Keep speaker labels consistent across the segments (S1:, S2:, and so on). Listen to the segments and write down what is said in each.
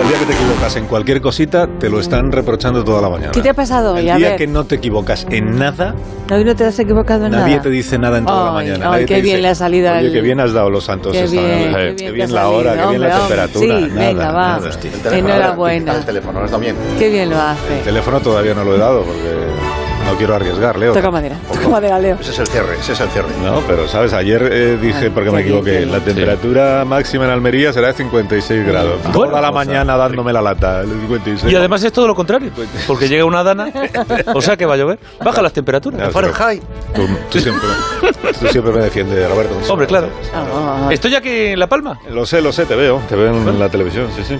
S1: El día que te equivocas en cualquier cosita, te lo están reprochando toda la mañana.
S2: ¿Qué te ha pasado hoy?
S1: El
S2: A
S1: día
S2: ver.
S1: que no te equivocas en nada,
S2: Hoy no te has equivocado en
S1: nadie
S2: Pues nada.
S1: te dice nada en toda la
S2: Ay,
S1: mañana.
S2: ay,
S1: Nadie te
S2: qué bien
S1: dice,
S2: le ha salido
S1: Oye,
S2: al-
S1: qué bien has dado los santos
S2: Qué
S1: esta
S2: bien,
S1: mañana".
S2: qué
S1: Eh,
S2: bien
S1: qué
S2: te
S1: bien
S2: ha
S1: la hora,
S2: salido,
S1: qué bien la
S2: hombre, hombre.
S1: temperatura.
S2: Sí,
S1: nada,
S2: venga, va.
S1: nada.
S2: Hostia.
S1: El
S2: teléfono, Enhorabuena. ahora
S3: El teléfono, ahora también.
S2: Qué bien lo hace.
S1: teléfono todavía no lo he dado porque no quiero arriesgar, Leo.
S2: Toca madera. Toca madera, Leo.
S3: Ese es el cierre, ese es el cierre.
S1: No, pero sabes, ayer eh, dije,
S4: Ah,
S2: Ay,
S1: porque
S2: qué
S1: me
S2: bien, qué
S1: equivoqué,
S2: bien.
S1: la temperatura máxima en Almería será de
S4: Mm.
S1: 56 grados. Toda la
S4: cosa.
S1: mañana dándome la lata, el 56.
S4: Y además es todo lo contrario, porque llega una dana, o sea que va a llover, baja las
S1: Ya,
S4: temperaturas.
S1: pero
S3: Fahrenheit.
S1: Tú, tú siempre, tú siempre me defiendes, Roberto.
S4: Hombre, claro.
S2: Ah,
S4: Estoy aquí en La Palma.
S1: Lo sé, lo sé, te veo. Te veo en la televisión, sí, sí.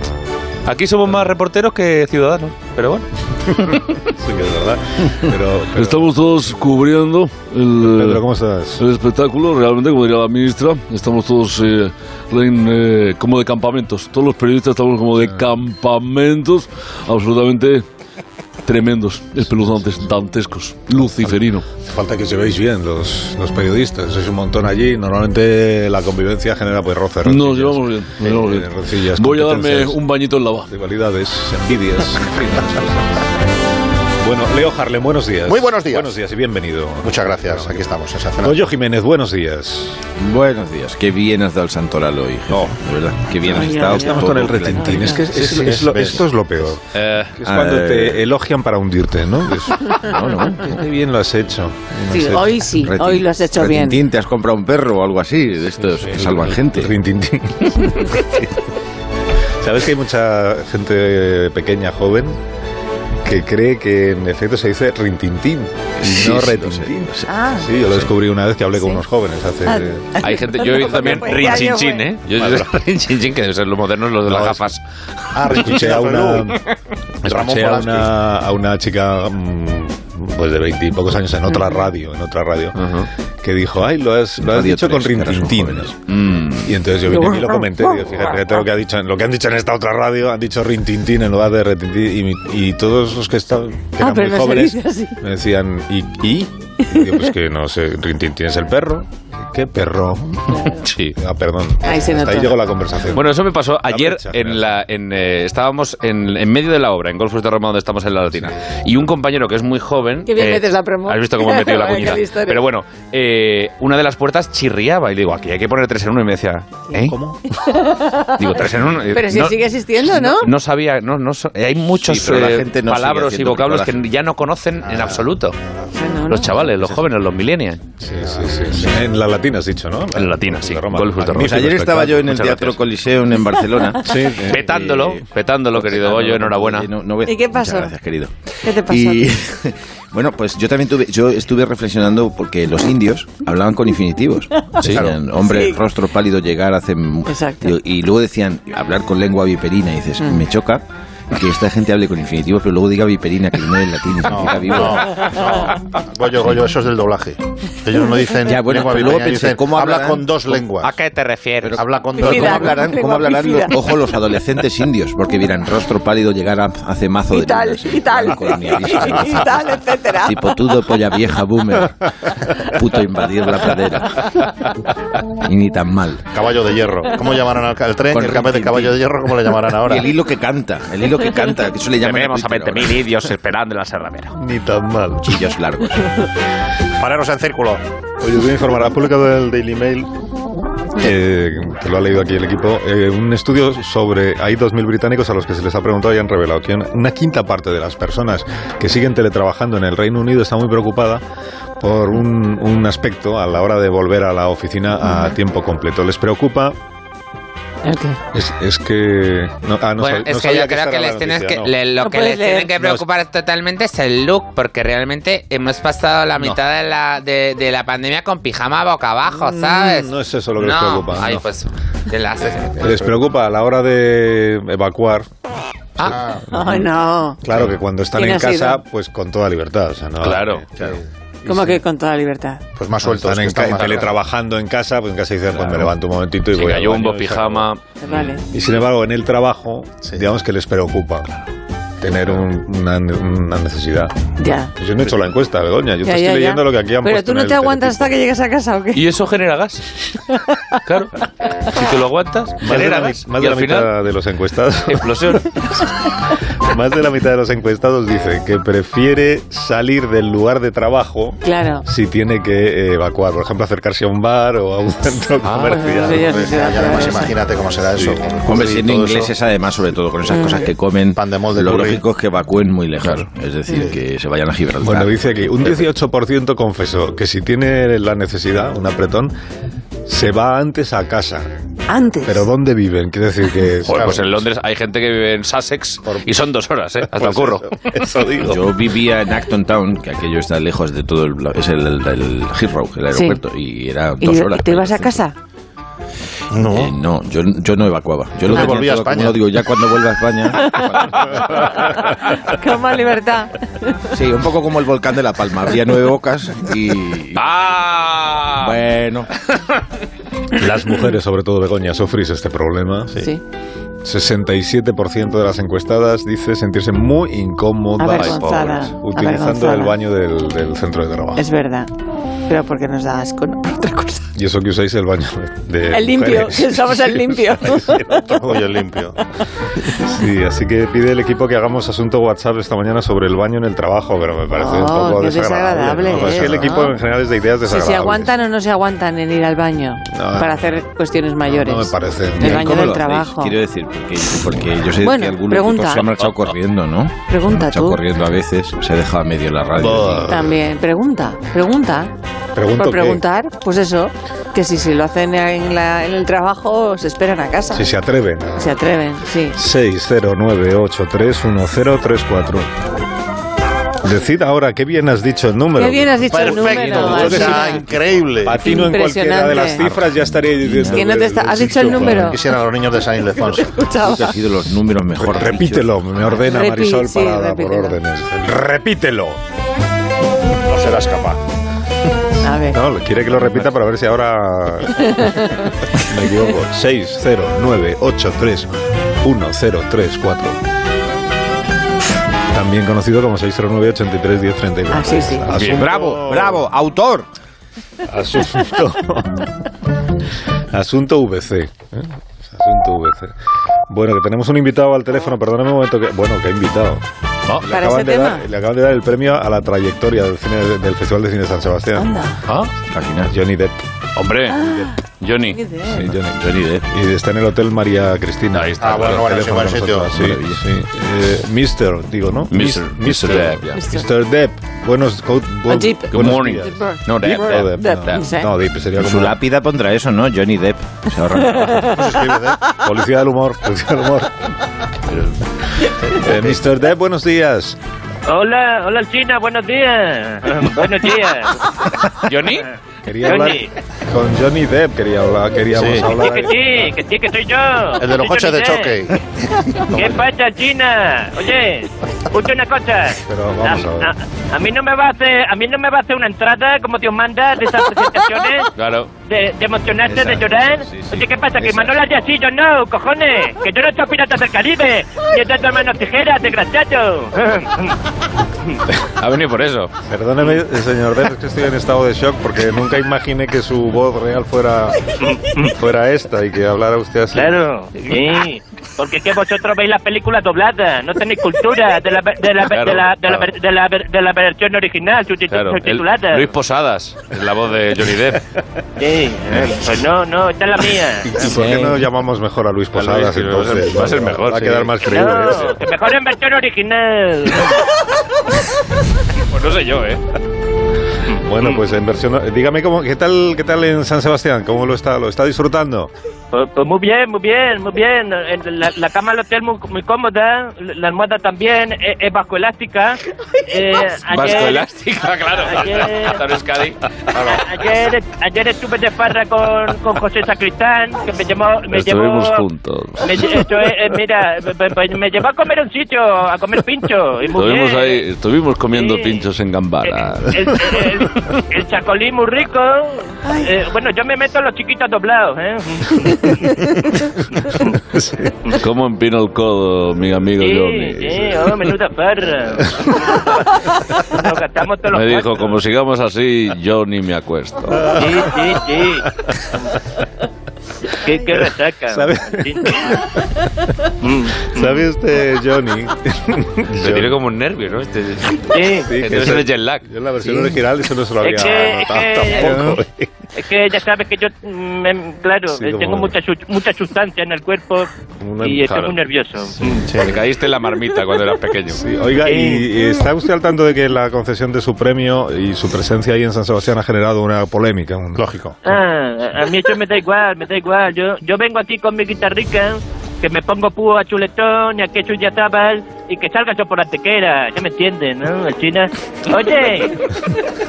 S4: Aquí somos más reporteros que ciudadanos, pero bueno.
S1: Sí que es verdad. Pero, pero-
S5: Estamos todos cubriendo
S1: Pedro,
S5: el,
S1: ¿cómo estás?
S5: el espectáculo, realmente, como diría la ministra, estamos todos eh, en, eh, como de campamentos. Todos los periodistas estamos como
S1: Ah.
S5: de campamentos absolutamente tremendos, espeluznantes, dantescos, luciferino.
S1: Falta que os llevéis bien los, los periodistas. Sois un montón allí. Normalmente la convivencia genera pues
S5: Nos
S1: roces. rencillas.
S5: llevamos bien, nos llevamos bien.
S1: Eh, rencillas,
S5: Voy a darme
S1: competencias.
S5: un bañito en lava.
S1: rivalidades, envidias, en fin, muchas cosas. Bueno, Leo Harlem, buenos días.
S3: Muy buenos días.
S1: Buenos días y bienvenido.
S3: Muchas gracias, aquí estamos, sensacional.
S1: Goyo Jiménez, buenos días.
S6: Buenos días, qué bien has dado el santoral hoy. jefe,
S1: No.
S6: de verdad, qué bien has
S2: Ay,
S6: estado.
S2: ay, ay.
S1: Estamos con el retintín. Es que es- es- es lo- esto es lo peor. Es cuando
S6: eh.
S1: te elogian para hundirte, ¿no? Es-
S6: No, no.
S1: Qué bien lo has hecho. Lo
S2: Sí,
S1: has hecho.
S2: hoy sí,
S6: Retin-
S2: hoy lo has hecho bien.
S6: Retintín, te has comprado un perro o algo así, de estos que salvan gente.
S1: Rintintín. Sabes que hay mucha gente pequeña, joven, que cree que en efecto se dice rintintín y
S6: Sí,
S1: no
S6: sí, lo sé,
S1: retintín.
S6: lo sé.
S2: Ah,
S1: Sí, yo lo descubrí una vez que hablé con
S2: Sí.
S1: unos jóvenes hace...
S2: Ah,
S7: Hay gente, yo he visto también
S2: Pues ya
S7: Rinchinchin,
S2: yo
S7: ¿eh? Yo he visto Rinchinchin, que deben ser los modernos, los de las gafas.
S3: Ah,
S1: escuché a una,
S3: Ramón
S1: escuché a
S3: Polanski.
S1: una, a una chica mm, pues de veintipocos años en
S2: Mm.
S1: otra radio, en otra radio, que dijo, ay, lo has, lo has
S6: Radio
S1: dicho
S6: tres,
S1: con
S6: que ahora son
S1: rintintín.
S6: jóvenes.
S1: Y entonces
S2: Mm.
S1: yo vine aquí y lo comenté, digo, fíjate, fíjate lo que ha dicho, en- lo que han dicho en esta otra radio, han dicho rintintín en lugar de retintín, y, y todos los que estaban, que
S2: Ah,
S1: eran
S2: pero
S1: muy
S2: no se
S1: jóvenes,
S2: dice así.
S1: me decían, ¿y? y? Y digo, pues que no sé, rintintín es el perro. ¿Qué perro?
S7: Sí.
S1: Ah, perdón.
S2: Ahí se
S1: Hasta
S2: notó.
S1: ahí llegó la conversación.
S7: Bueno, eso me pasó ayer
S1: brecha,
S7: en la en, eh, estábamos en, en medio de la obra en Golfos de Roma donde estamos en la Latina y un compañero que es muy joven eh,
S2: Qué bien metes la promo.
S7: Has visto cómo he metido la
S2: Vaya,
S7: cuñita.
S2: qué historia.
S7: Pero bueno, eh, una de las puertas chirriaba y le digo, aquí hay que poner tres en uno y me decía, ¿eh?
S1: ¿Cómo?
S7: Digo, tres en uno. eh,
S2: Pero si
S7: no-
S2: sigue existiendo, ¿no?
S7: No sabía, no, no, so- eh, hay muchos
S6: Sí, pero la
S7: eh,
S6: gente no sigue
S7: palabras y
S6: haciendo Ah.
S7: vocablos que
S6: bricolaje.
S7: ya no conocen en absoluto.
S2: no, no.
S7: Los chavales, los jóvenes, los millennials.
S1: Sí, sí, sí, sí. En la latina has dicho, ¿no?
S7: En la latina, sí.
S1: De Roma.
S7: Golfos de Roma.
S6: Pues
S1: Magnífico
S6: ayer estaba yo en el
S7: muchas
S6: Teatro
S7: gracias.
S6: Coliseum en Barcelona.
S1: Sí, eh,
S7: Petándolo,
S6: Eh,
S7: petándolo, querido Goyo, enhorabuena.
S6: Eh, no- no voy a-
S2: ¿Y qué pasó?
S6: Muchas gracias, querido.
S2: ¿Qué te pasó?
S6: Y- bueno, pues yo también tuve, yo estuve reflexionando porque los indios hablaban con infinitivos. Decían, hombre,
S2: Sí.
S6: rostro pálido, llegar, hacen...
S2: Exacto. Mm.
S6: Y, y luego decían, hablar con lengua viperina, y dices, me choca que esta gente hable con infinitivos, pero luego diga viperina, que no es latín, y significa vivo.
S3: Goyo, Goyo, eso es del doblaje. Ellos no dicen
S6: Ya, bueno,
S3: lengua
S6: pero luego
S3: viperina,
S6: pensé,
S3: dicen,
S6: ¿cómo
S3: habla
S6: hablarán? Ah,
S3: con dos lenguas.
S7: ¿A qué te refieres?
S3: Habla con
S6: Pero
S3: dos
S2: Mira,
S6: ¿cómo
S3: lenguas.
S6: hablarán,
S2: lengua
S6: cómo hablarán los,
S2: bífida.
S6: ojo, los adolescentes indios? Porque dirán, rostro pálido, llegar a- hace mazo de
S2: Y tal,
S6: niños,
S2: y tal,
S6: colonialista, ¿no?
S2: y tal, etcétera.
S6: Tipotudo, polla vieja, boomer. Puto invadir la pradera. Y ni tan mal.
S3: Caballo de hierro. ¿Cómo llamarán al ca- el tren?
S6: Con
S3: y el café de
S6: rintintín.
S3: caballo de hierro, ¿cómo le llamarán ahora?
S6: Y el hilo que canta, el hilo que canta, que eso le llaman en
S7: Tenemos a
S6: Twitter
S7: 20.000 indios esperando en la serramera.
S3: Ni tan mal.
S6: ahora. Cuchillos largos.
S3: Pararos en círculo.
S1: Oye, os voy a informar. Ha publicado el Daily Mail, eh, que lo ha leído aquí el equipo, eh, un estudio sobre. Hay 2.000 británicos a los que se les ha preguntado y han revelado que una quinta parte de las personas que siguen teletrabajando en el Reino Unido está muy preocupada por un, un aspecto a la hora de volver a la oficina a tiempo completo. Les preocupa. Es, es que. No, ah, no
S8: bueno,
S1: sab-
S8: es
S1: no
S8: que
S1: sabía
S8: yo creo
S1: esta
S8: que
S1: era la
S8: les tienes
S1: noticia,
S8: que,
S1: no.
S8: le- lo
S2: No
S8: que
S2: puedes
S8: les
S2: leer.
S8: tienen que preocupar totalmente es el look, porque realmente hemos pasado la mitad de, la, de, de la pandemia con pijama boca
S2: Mm,
S8: abajo, ¿sabes?
S1: Mm, no es eso lo que les
S8: No,
S1: preocupa,
S8: Ay,
S1: no.
S8: pues, de las...
S1: Les preocupa a la hora de evacuar
S3: Ah,
S2: Ay, no.
S1: Claro que cuando están
S2: ¿Quién
S1: en
S2: ha sido?
S1: casa, pues con toda libertad. o sea, no-
S7: Claro.
S2: Como que con toda libertad.
S3: pues más sueltos.
S1: Están
S3: que
S1: en,
S3: están
S1: ca-
S3: más-
S1: teletrabajando en casa, pues en casa dices, pues me levanto un momentito y
S7: Se
S1: voy al
S7: cayó un
S1: baño, y se acabó.
S7: pijama.
S2: Vale.
S1: Y sin embargo, en el trabajo, digamos que les preocupa tener un- una, una necesidad. Pues
S2: Ya.
S1: Yo no he hecho la encuesta, Begoña. Yo
S2: Ya,
S1: te
S2: ya,
S1: estoy
S2: ya.
S1: leyendo lo que aquí han
S2: Pero
S1: puesto
S2: tú
S1: en
S2: no
S1: el
S2: te aguantas
S1: teletipo.
S2: hasta que llegues a casa o qué?
S4: Y eso genera gas. Claro. Si te lo aguantas,
S1: Más de
S4: genera
S1: la,
S4: gas.
S1: mi- más
S4: y
S1: de
S4: al
S1: la
S4: final,
S1: mitad de los encuestados,
S4: explosión.
S1: más de la mitad de los encuestados dice que prefiere salir del lugar de trabajo
S2: Claro.
S1: si tiene que eh, evacuar, por ejemplo, acercarse a un bar o a un centro
S2: bueno,
S1: comercial.
S2: Ah, sí, ya sé.
S3: Pues, ya, ya, además, imagínate cómo será eso. con el
S6: Hombre,
S3: curry y
S6: siendo
S3: todo
S6: ingleses
S3: eso.
S6: además, sobre todo con esas cosas que comen,
S3: Pan de molde,
S6: lo
S3: curry.
S6: lógico es que evacúen muy lejos. Es decir, que se vayan a Gibraltar.
S1: Bueno, dice aquí, un 18% confesó que si tiene la necesidad, un apretón, se va antes a casa.
S2: Antes.
S1: Pero ¿dónde viven? Quiere decir que...
S7: Joder, pues en Londres hay gente que vive en Sussex y son dos horas, ¿eh? Hasta el curro.
S1: Pues Eso, digo.
S6: Yo vivía en Acton Town, que aquello está lejos de todo el... Es el, el, el Heathrow,
S2: Sí.
S6: el aeropuerto, y era
S2: ¿Y
S6: dos horas.
S2: te
S6: para
S2: ibas a
S6: ir al centro.
S2: casa?
S6: Eh, no, yo, yo no evacuaba. Yo lo
S3: Yo me Ah,
S6: tenía
S3: volví a
S6: todo
S3: España.
S6: acumulado. digo, ya cuando vuelva a España...
S2: Con más libertad.
S6: sí, un poco como el volcán de La Palma. Había nueve bocas y...
S7: ¡Ah!
S6: Bueno,
S1: Las mujeres, sobre todo Begoña, sufrís este problema.
S2: Sí.
S1: 67% de las encuestadas dice sentirse muy incómodas
S2: Avergonzada,
S1: pobres, utilizando
S2: avergonzada.
S1: el baño del, del centro de trabajo.
S2: Es verdad. Pero porque nos da asco, ¿no? Otra cosa.
S1: Y eso que usáis el baño de
S2: El limpio,
S1: mujeres.
S2: que usamos el limpio.
S3: Oye, limpio.
S1: Sí, así que pide el equipo que hagamos asunto WhatsApp esta mañana sobre el baño en el trabajo, pero me parece un
S2: Oh,
S1: poco
S2: qué desagradable,
S1: desagradable. ¿no? Es que el
S2: ¿eh?
S1: equipo en general es de ideas
S2: Si
S1: Pues desagradables.
S2: se aguantan o no se aguantan en ir al baño
S1: No,
S2: para hacer cuestiones mayores.
S1: No me parece.
S2: El baño
S6: ¿cómo
S2: del
S6: lo hacéis?
S2: trabajo.
S6: Quiero decir, porque, porque yo sé
S2: Bueno,
S6: que algunos
S2: pregunta.
S6: tipos se han marchado corriendo, ¿no? se han
S2: Pregunta
S6: marchado
S2: tú.
S6: corriendo a veces, se ha dejado a medio la radio.
S1: Buah.
S2: También, pregunta, pregunta.
S1: Pregunto
S2: Por
S1: qué.
S2: preguntar, pues eso, que si se lo hacen en, la- en el trabajo, se esperan a casa.
S1: Si se atreven.
S2: Se atreven, sí.
S1: 609831034. Decid ahora, qué bien has dicho el número.
S2: Qué bien has dicho el
S3: Perfecto.
S2: número.
S3: o sea,
S2: Ana.
S3: increíble.
S1: Patino en cualquiera de las
S2: Impresionante.
S1: cifras ya estaría diciendo.
S2: Que no te está- has dicho el número.
S3: Quisiera a los niños de San Ildefonso.
S2: Escuchaba.
S6: Ha sido los números mejor. dichos.
S1: Repítelo, me ordena
S2: Repi-
S1: Marisol
S2: sí,
S1: Parada por
S2: repítelo.
S1: órdenes. Repítelo.
S3: No serás capaz.
S2: A ver.
S1: No, quiere que lo repita para ver si ahora me equivoco. 609831034. También conocido como 609-83-1034.
S2: Ah, sí, sí.
S1: Asunto-
S6: Bravo, bravo, autor.
S1: Asunto. Asunto VC. ¿eh? Asunto VC. Bueno, que tenemos un invitado al teléfono, perdóname un momento. Que, bueno, que ha invitado. Le
S2: Para
S1: acaban,
S2: ese
S1: de
S2: tema.
S1: dar, le acaban de dar el premio a la trayectoria del, cine, del Festival de Cine de San Sebastián.
S2: Anda.
S6: Imagina,
S1: Johnny Depp.
S7: Hombre,
S1: Ah.
S7: Johnny.
S2: qué idea.
S1: Sí, Johnny.
S6: Johnny Depp.
S1: Y está en el Hotel María Cristina.
S7: Ahí
S3: está. Ah,
S1: Con
S3: bueno,
S1: el
S3: bueno,
S1: teléfono
S3: sí, buen
S1: que nos
S3: sitio.
S1: ha dado. Sí, sí. Eh, Mister, digo, ¿no?
S7: Mister,
S1: Mister.
S7: Mister Depp, ya.
S1: Mister Depp. Buenos, co- bu-
S2: Jeep.
S1: buenos
S7: Good morning.
S1: días.
S7: No,
S1: Depp,
S7: Depp, ¿eh?
S1: no, Depp,
S2: Depp,
S1: no.
S2: sí.
S1: No, Depp sería
S6: En su
S1: como
S6: lápida pondrá eso, ¿no? Johnny Depp. Se ahorra un trabajo.
S3: ¿Cómo se escribe, Depp?
S1: Policía del humor, policía del humor. Eh, Mr. Depp, buenos días.
S9: Hola, hola China, buenos días. buenos días.
S7: ¿Johnny?
S1: Quería hablar
S9: Johnny.
S1: con Johnny Depp, quería hablar, queríamos
S3: Sí.
S1: hablar.
S9: Que sí, que sí, que soy yo.
S3: El de los
S9: Soy
S3: coches de
S9: Johnny
S3: choque.
S9: Depp. ¿Qué pasa, China? Oye, escucha una cosa.
S1: Pero vamos a ver.
S9: a mí no me va a hacer, a mí no me va a hacer una entrada como Dios manda de esas presentaciones.
S7: Claro.
S9: De, de emocionarse,
S6: Esa,
S9: de llorar.
S6: sí, sí.
S9: Oye, ¿qué pasa? Que
S6: Esa.
S9: Manuel hace así, yo no, cojones. Que yo no soy pirata del Caribe. Ni tanto hermano tijeras, desgraciado.
S7: Ha venido por eso.
S1: Perdóneme, señor Depp, es que estoy en estado de shock porque nunca imaginé que su voz real fuera, fuera esta y que hablara usted así.
S9: Claro, sí. Porque es que vosotros veis las películas dobladas, no tenéis cultura de la ver- de la ver- de la- de la ver- de la ver- de la versión original subtitu-
S7: Claro. El-
S9: subtitulada.
S7: Luis Posadas es la voz de Johnny Depp.
S9: Sí, eh, pues no, no, esta es la mía.
S1: ¿Y ¿Por qué no llamamos mejor a Luis Posadas?
S7: Luis,
S1: entonces?
S7: va a ser- va a ser mejor,
S1: Va a
S7: sí.
S1: quedar más creíble.
S9: No, que mejor en versión original.
S7: Pues no sé yo, ¿eh?
S1: Bueno, pues en versión. Dígame cómo, qué tal, qué tal en San Sebastián, cómo lo está, lo está disfrutando.
S9: Pues, pues muy bien, muy bien, muy bien. En La, la cama del hotel muy, muy cómoda, la almohada también es, es vascoelástica. Eh, ayer-
S7: Vascoelástica, claro.
S9: Ayer-
S7: Don Euskadi.
S9: Ayer, ayer estuve de farra con, con José Sacristán, que me llamó... Me
S5: Estuvimos
S9: llevó,
S5: juntos.
S9: me lle- esto es- eh, mira, me, me- me llevó a comer a un sitio, a comer pincho. Y muy
S5: Estuvimos
S9: bien.
S5: ahí, estuvimos comiendo
S9: Sí.
S5: pinchos en Gambara.
S9: El, el- el chacolí muy rico. Eh, bueno, yo me meto en los chiquitos doblados. ¿eh?
S5: ¿Cómo empino el codo, mi amigo
S9: Sí,
S5: Johnny?
S9: sí, oh, menuda farra. Nos gastamos todos
S5: Me
S9: los
S5: dijo,
S9: cuatro.
S5: como sigamos así, yo ni me acuesto.
S9: Sí, sí, sí. Qué, qué resaca.
S1: ¿Sabe?
S9: Sí. Mm,
S1: ¿Sabe usted, Johnny?
S7: Se tiene como un nervio, ¿no? Este,
S9: Sí.
S1: Sí, que
S7: este es
S1: eso-
S7: el jet lag.
S1: Yo en la versión original eso no se lo había
S9: Es que-
S1: notado
S9: es que-
S1: tampoco. eh.
S9: Es que ya sabes que yo, mm, em, claro,
S1: Sí,
S9: eh,
S1: como-
S9: tengo mucha, su- mucha sustancia en el cuerpo
S1: Una-
S9: y estoy
S1: claro.
S9: muy nervioso.
S7: Te caíste en la marmita cuando eras pequeño.
S1: Sí, oiga, ¿y
S9: Eh,
S1: y está usted al tanto de que la concesión de su premio y su presencia ahí en San Sebastián ha generado una polémica? un-
S3: Lógico.
S9: Ah, a mí eso me da igual, me da igual. Yo, yo vengo aquí con mi guitarrica, que me pongo púo a chuletón y a queso y a tabal, y que salga yo por la tequera. Ya me entienden, ¿no? El China. Oye,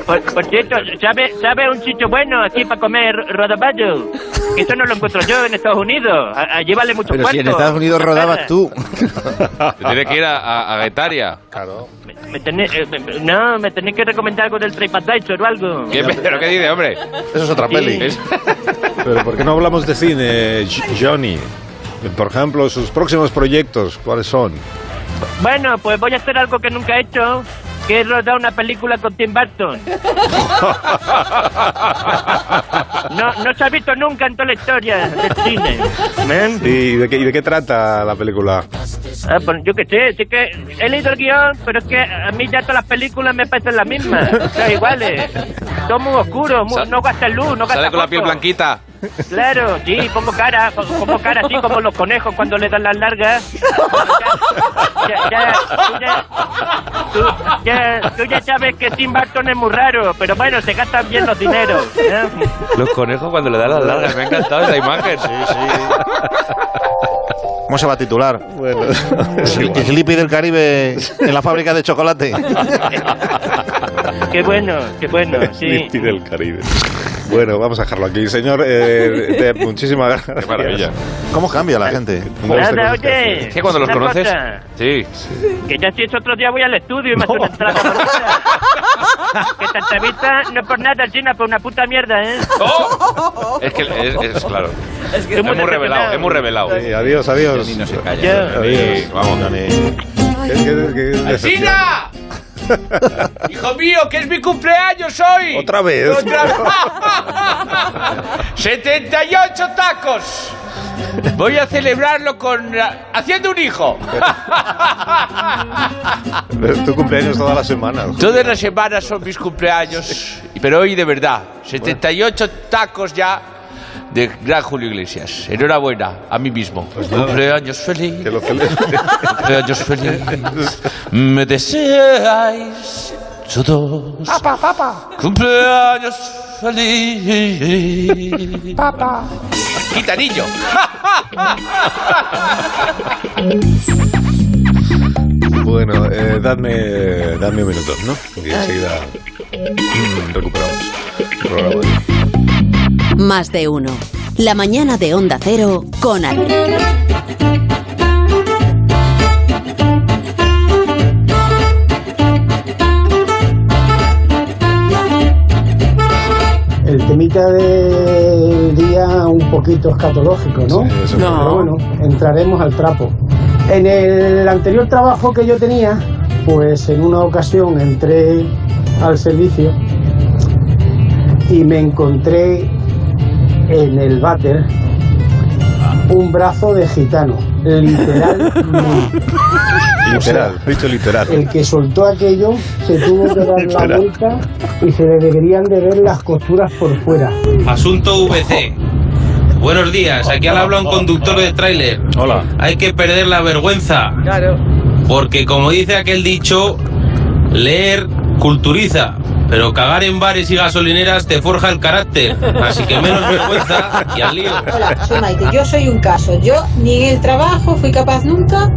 S9: por, por cierto, ¿sabe, ¿sabe un sitio bueno aquí para comer rodaballo? Que eso no lo encuentro yo en Estados Unidos. A- Allí vale mucho
S6: Pero si en
S9: cuarto.
S6: Estados Unidos rodabas tú.
S7: Tiene que ir a, a, a Guetaria.
S9: Me- me tenés- eh, me- me- no, me tenéis que recomendar algo del TripAdvisor o algo.
S7: ¿Qué, ¿Pero qué dice, hombre?
S3: Eso es otra peli.
S7: Es-
S1: Pero ¿por qué no hablamos de cine, J- Johnny? Por ejemplo, sus próximos proyectos, ¿cuáles son?
S9: Bueno, pues voy a hacer algo que nunca he hecho, que es rodar una película con Tim Burton. No, no se ha visto nunca en toda la historia del cine.
S1: Sí, ¿Y de qué, y de qué trata la película?
S9: Ah, pues yo qué sé, sí que he leído el guión, pero es que a mí ya todas las películas me parecen las mismas, o sea, iguales. Son muy oscuros, muy- no gastan luz, no gastan
S7: Sale con la piel blanquita.
S9: Claro, sí, pongo cara, po- pongo cara así como los conejos cuando le dan las largas. Ya, ya, ya, tú ya, tú- ya- tú ya sabes que Tim Burton es muy raro, pero bueno, se gastan bien los dineros. ¿eh?
S7: Los conejos cuando le dan las largas. Me ha encantado esa imagen.
S3: ¿Cómo se va a titular?
S1: Bueno, es
S3: El
S1: igual.
S3: Sleepy del Caribe en la fábrica de chocolate.
S9: Qué bueno, qué bueno, sí.
S1: Slippy del Caribe. Bueno, vamos a dejarlo aquí, señor. eh, de- muchísimas gracias.
S7: Qué maravilla.
S3: ¿Cómo cambia la gente?
S1: No sé
S9: Nada,
S1: cómo se hace.
S9: oye.
S7: Es que cuando los
S9: una
S7: conoces.
S9: cosa,
S7: Sí.
S9: que ya si es otro día voy al estudio y me hace una entrada bonita. Que esta entrevista no es por nada, China, por una puta mierda, ¿eh?
S7: ¡Oh! Es que es, es- claro. Es,
S9: Estoy muy
S7: muy revelado,
S9: decepcionado.
S7: es muy revelado.
S1: Sí, adiós, adiós.
S6: Ni no se calla.
S9: Ya.
S7: Sí, vamos.
S1: ¿Qué- qué- qué- qué-
S7: ¡Sina! ¡Hijo mío, que es mi cumpleaños hoy!
S1: Otra vez.
S7: Otra- ¡78 tacos! Voy a celebrarlo con... haciendo un hijo.
S1: Es tu cumpleaños toda la semana.
S7: Todas las semanas son mis cumpleaños, pero hoy de verdad, 78 tacos ya de Gran Julio Iglesias. Enhorabuena, a mí mismo. Cumpleaños feliz,
S1: Pues Que lo celebre.
S7: cumpleaños feliz. Me deseáis todos. Papá, papá. Cumpleaños feliz. Papá. Gitanillo.
S1: Bueno, eh, dadme, dadme un minuto, ¿no? Y enseguida mm, recuperamos. el programa.
S10: Más de uno. La mañana de Onda Cero con Al.
S11: El temita del día un poquito escatológico, ¿no?
S1: Sí, eso
S11: Pero
S2: No.
S11: bueno, entraremos al trapo. En el anterior trabajo que yo tenía, pues en una ocasión entré al servicio y me encontré en el váter un brazo de gitano, literalmente.
S1: fue Literal, dicho literal.
S11: El que soltó aquello se tuvo que dar
S1: Espera.
S11: la vuelta y se le deberían de ver las costuras por fuera.
S12: Asunto VC. Buenos días, aquí al habla un conductor de tráiler.
S3: Hola.
S12: Hay que perder la vergüenza,
S2: Claro.
S12: porque como dice aquel dicho, leer culturiza. Pero cagar en bares y gasolineras te forja el carácter. Así que menos vergüenza y al lío.
S13: Hola, soy Maite. Yo soy un caso. Yo ni en el trabajo fui capaz nunca,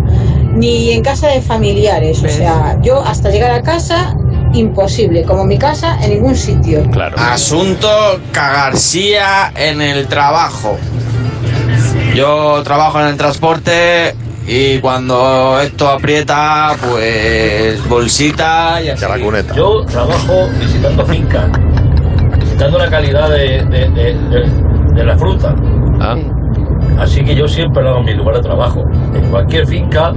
S13: ni en casa de familiares. O sea, yo hasta llegar a casa, imposible. Como mi casa, en ningún sitio.
S14: Asunto cagarcía en el trabajo. Yo trabajo en el transporte y cuando esto aprieta, Ah, pues bolsita y así.
S7: Yo trabajo visitando finca, visitando la calidad de, de- de- de- de la fruta. Así que yo siempre lo hago en mi lugar de trabajo. En cualquier finca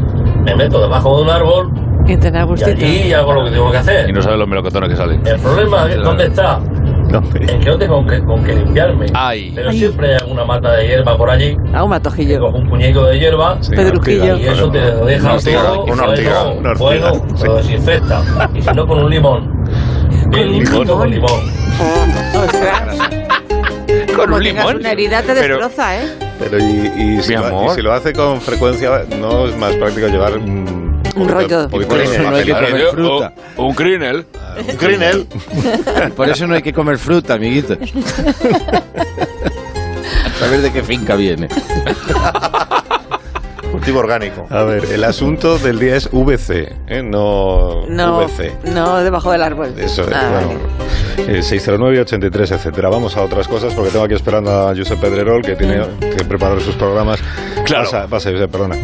S7: me meto debajo de un árbol
S2: Y tener
S7: y
S2: gustito.
S7: allí hago lo que tengo que hacer.
S15: Y no sabe los melocotones que salen.
S7: El problema es dónde está. En que no tengo que, con que limpiarme. Pero siempre hay alguna mata de hierba por allí.
S2: Ah, un matojillo.
S7: un puñeco de hierba.
S2: Pedrujillo.
S7: Y eso te deja
S1: Una ortiga,
S7: todo
S1: una ortiga,
S7: bueno,
S1: una ortiga,
S7: bueno, lo desinfecta. Y si no, con un limón. El limón con limón.
S2: Con
S16: un
S2: limón. Una herida te
S1: Pero-
S2: destroza, ¿eh?
S1: Pero y, y si lo, y si lo hace con frecuencia, no es más práctico llevar un,
S2: Un rollo.
S1: poquito
S6: Por
S1: de
S6: eso no hay que
S1: papel.
S6: comer fruta.
S17: Un crinel.
S1: Un crinel.
S6: Por eso no hay que comer fruta, amiguito. A saber de qué finca viene.
S1: Cultivo orgánico. A ver, el asunto del día es VC, ¿eh? no,
S2: No,
S1: VC.
S2: no debajo del árbol.
S1: ¿eh? Eso es,
S2: Ah,
S1: bueno. Eh, 609-83, etcétera. Vamos a otras cosas porque tengo aquí esperando a Josep Pedrerol que tiene que preparar sus programas. Claro. Pasa, pasa, Josep, perdona.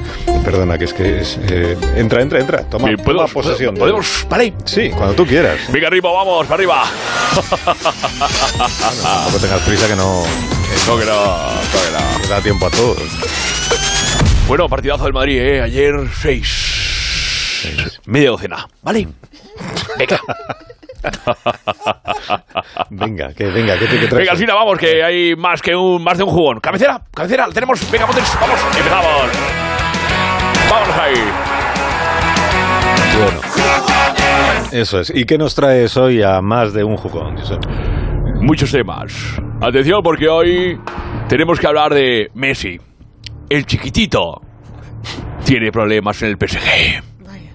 S1: Perdona, que es que es, eh, entra, entra, entra. Toma,
S17: Sí, ¿puedo?
S1: toma posesión.
S17: ¿Podemos?
S1: ¿Para Sí, cuando tú quieras.
S17: Venga, arriba, vamos, para arriba.
S1: Tampoco tengas prisa que no.
S17: Eso que no, eso que no.
S1: Da tiempo a todos.
S17: Bueno, partidazo del Madrid, ¿eh? Ayer, seis. Media docena. Vale. Venga.
S1: Venga, que venga, que te que traes.
S17: Venga, Alcina, vamos, que hay más que un más de un jugón. Cabecera, cabecera, la tenemos. Venga, Montes, vamos, empezamos. Vamos ahí.
S1: Bueno. Eso es. ¿Y qué nos traes hoy a más de un jugón, Josep?
S17: Muchos temas. Atención, porque hoy tenemos que hablar de Messi. El chiquitito tiene problemas en el PSG.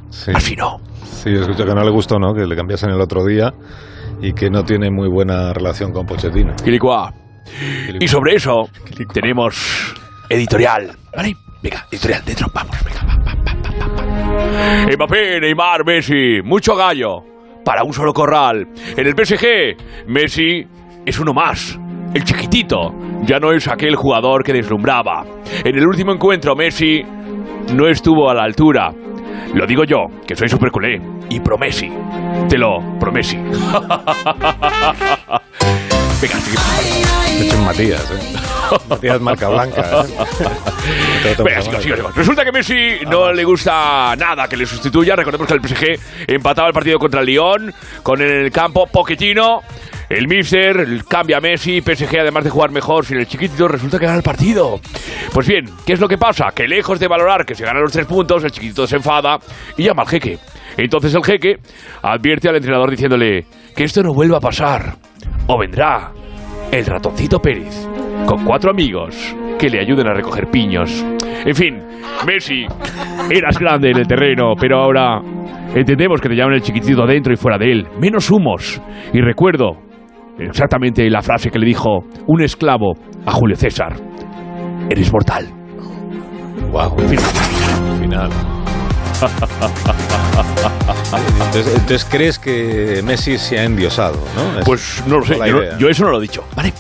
S1: Sí. Así
S17: no.
S1: Sí, escucho que no le gustó, ¿no? Que le cambiasen el otro día y que no tiene muy buena relación con Pochettino.
S17: Quilicua. Y sobre eso tenemos editorial. ¿Vale? Venga, editorial, dentro, vamos, venga, va, va, va, va, va. Mbappé, Neymar, Messi, mucho gallo para un solo corral. En el PSG, Messi es uno más. El chiquitito ya no es aquel jugador que deslumbraba. En el último encuentro, Messi no estuvo a la altura. Lo digo yo, que soy superculé y promesi. Te lo promesi. Venga,
S1: Me he hecho un Matías, ¿eh? Matías marca blanca, ¿eh?
S17: Venga, chicos, chicos, chicos. Resulta que Messi no le gusta nada que le sustituya. Recordemos que el PSG empataba el partido contra el Lyon con el campo Poquetino. El Mister cambia a Messi, PSG además de jugar mejor sin el chiquitito resulta que gana el partido. Pues bien, ¿qué es lo que pasa? Que lejos de valorar que se ganan los tres puntos, el chiquitito se enfada y llama al jeque. Entonces el jeque advierte al entrenador diciéndole que esto no vuelva a pasar o vendrá el ratoncito Pérez, con cuatro amigos que le ayuden a recoger piños. En fin, Messi, eras grande en el terreno, pero ahora entendemos que te llaman el chiquitito adentro y fuera de él. Menos humos. Y recuerdo exactamente la frase que le dijo un esclavo a Julio César. Eres mortal.
S1: Wow. Final. Entonces, entonces crees que Messi se ha endiosado, ¿no?
S17: Pues no lo sé, yo, no- yo eso no lo he dicho, ¿vale?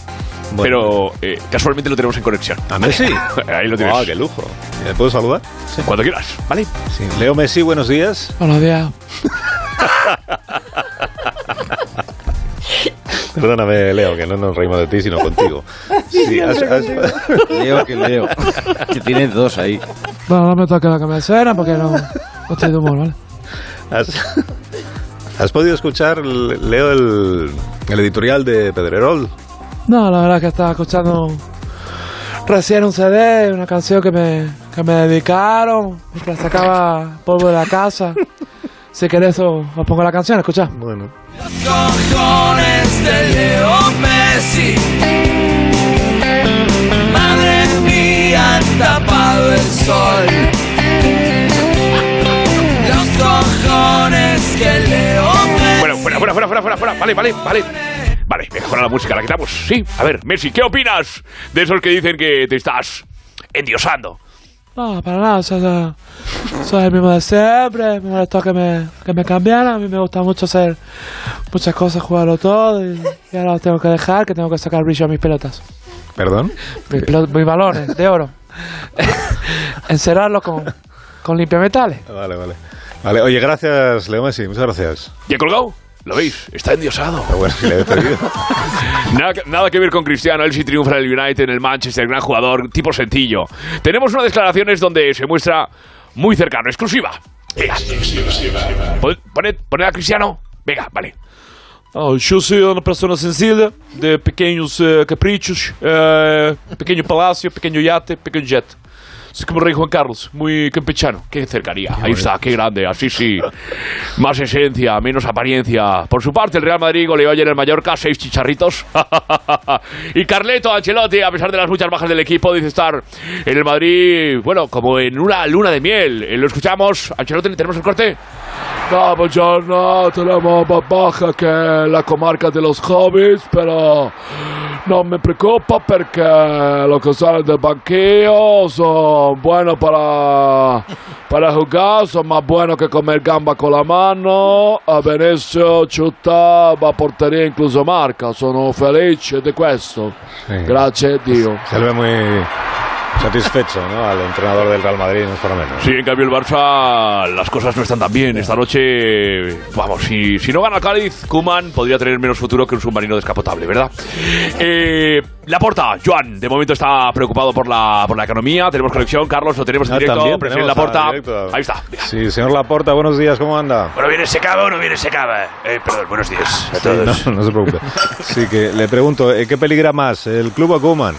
S17: Pero eh, casualmente lo tenemos en conexión.
S1: ¿A Messi?
S17: Ahí lo tienes.
S1: Guau, qué lujo. ¿Le puedo saludar?
S17: Cuando quieras, ¿vale?
S1: Sí. Leo Messi, buenos días.
S17: Buenos días.
S1: Perdóname, Leo, que no nos reímos de ti, sino contigo. Sí, has- has-
S6: Leo, que Leo. Que tienes dos ahí.
S18: Bueno, no me toque la cabecera porque no, no estoy de humor, ¿vale?
S1: ¿Has, has podido escuchar, Leo, el, el editorial de Pedrerol?
S18: No, la verdad es que estaba escuchando recién un CD, una canción que me, que me dedicaron, que sacaba polvo de la casa. Si querés, o- os pongo la canción, escuchá.
S1: Bueno.
S12: Cojones de este Leo Messi. Madre mía, han tapado el sol. Los cojones que Leo Messi.
S17: Bueno, fuera, fuera, fuera, fuera, fuera, fuera. Vale, vale, vale. Vale, mejora la música, la quitamos. Sí, a ver, Messi, ¿qué opinas de esos que dicen que te estás endiosando?
S18: No, para nada, soy, soy- soy el mismo de siempre, me molestó que me, que me cambiaran, a mí me gusta mucho hacer muchas cosas, jugarlo todo y, y ahora lo tengo que dejar, que tengo que sacar brillo a mis pelotas,
S1: ¿Perdón?
S18: mis, pelo- mis balones de oro, encerrarlos con, con limpiametales.
S1: Vale, vale. Vale, oye, gracias, Leo Messi, muchas gracias.
S17: ¿Y he colgado? ¿Lo veis? Está endiosado.
S1: Pero bueno, que le he pedido.
S17: Nada, que- nada que ver con Cristiano, él sí triunfa en el United, en el Manchester, gran jugador, tipo sencillo. Tenemos unas declaraciones donde se muestra muy cercano, exclusiva. Venga. Pon- Poned, poned a Cristiano. Venga, vale.
S5: Ah, eu sou uma pessoa sencilla, de pequenos eh, caprichos, eh, pequeño palacio, pequeño yate, pequeño jet. Soy como el rey Juan Carlos, muy campechano.
S17: Qué cercanía. Ahí está, qué grande. Así sí. Más esencia, menos apariencia. Por su parte, el Real Madrid goleó ayer en el Mallorca seis chicharritos. y Carleto Ancelotti, a pesar de las muchas bajas del equipo, dice estar en el Madrid, bueno, como en una luna de miel. Eh, Lo escuchamos. Ancelotti, ¿le tenemos el corte?
S19: No, buongiorno, tenemos más baja que la comarca de los hobbies, pero no me preocupa porque los que salen del banquillo son buenos para, para jugar, son más buenos que comer gamba con la mano. A Venezia chuta, va a portería incluso marca. Sono felice de questo. Grazie a Dio.
S1: Se le ve muy satisfecho, ¿no? Al entrenador del Real Madrid, no es para menos.
S17: Sí, en cambio el Barça las cosas no están tan bien. Esta noche, vamos, si, si no gana Cádiz, Kuman podría tener menos futuro que un submarino descapotable, ¿verdad? Eh, la porta, Joan, de momento está preocupado por la, por la economía. Tenemos conexión, Carlos, lo tenemos en
S1: Ah,
S17: directo.
S1: también
S17: Prefieren la
S1: tenemos
S17: porta.
S1: a directo.
S17: Ahí está.
S1: Sí, señor Laporta, buenos días, ¿cómo anda?
S17: Bueno, viene secado o no viene secada. Eh, perdón, buenos días a
S1: Sí,
S17: todos.
S1: no, no se preocupe. Sí, que le pregunto, ¿eh, ¿qué peligra más, el club o Koeman?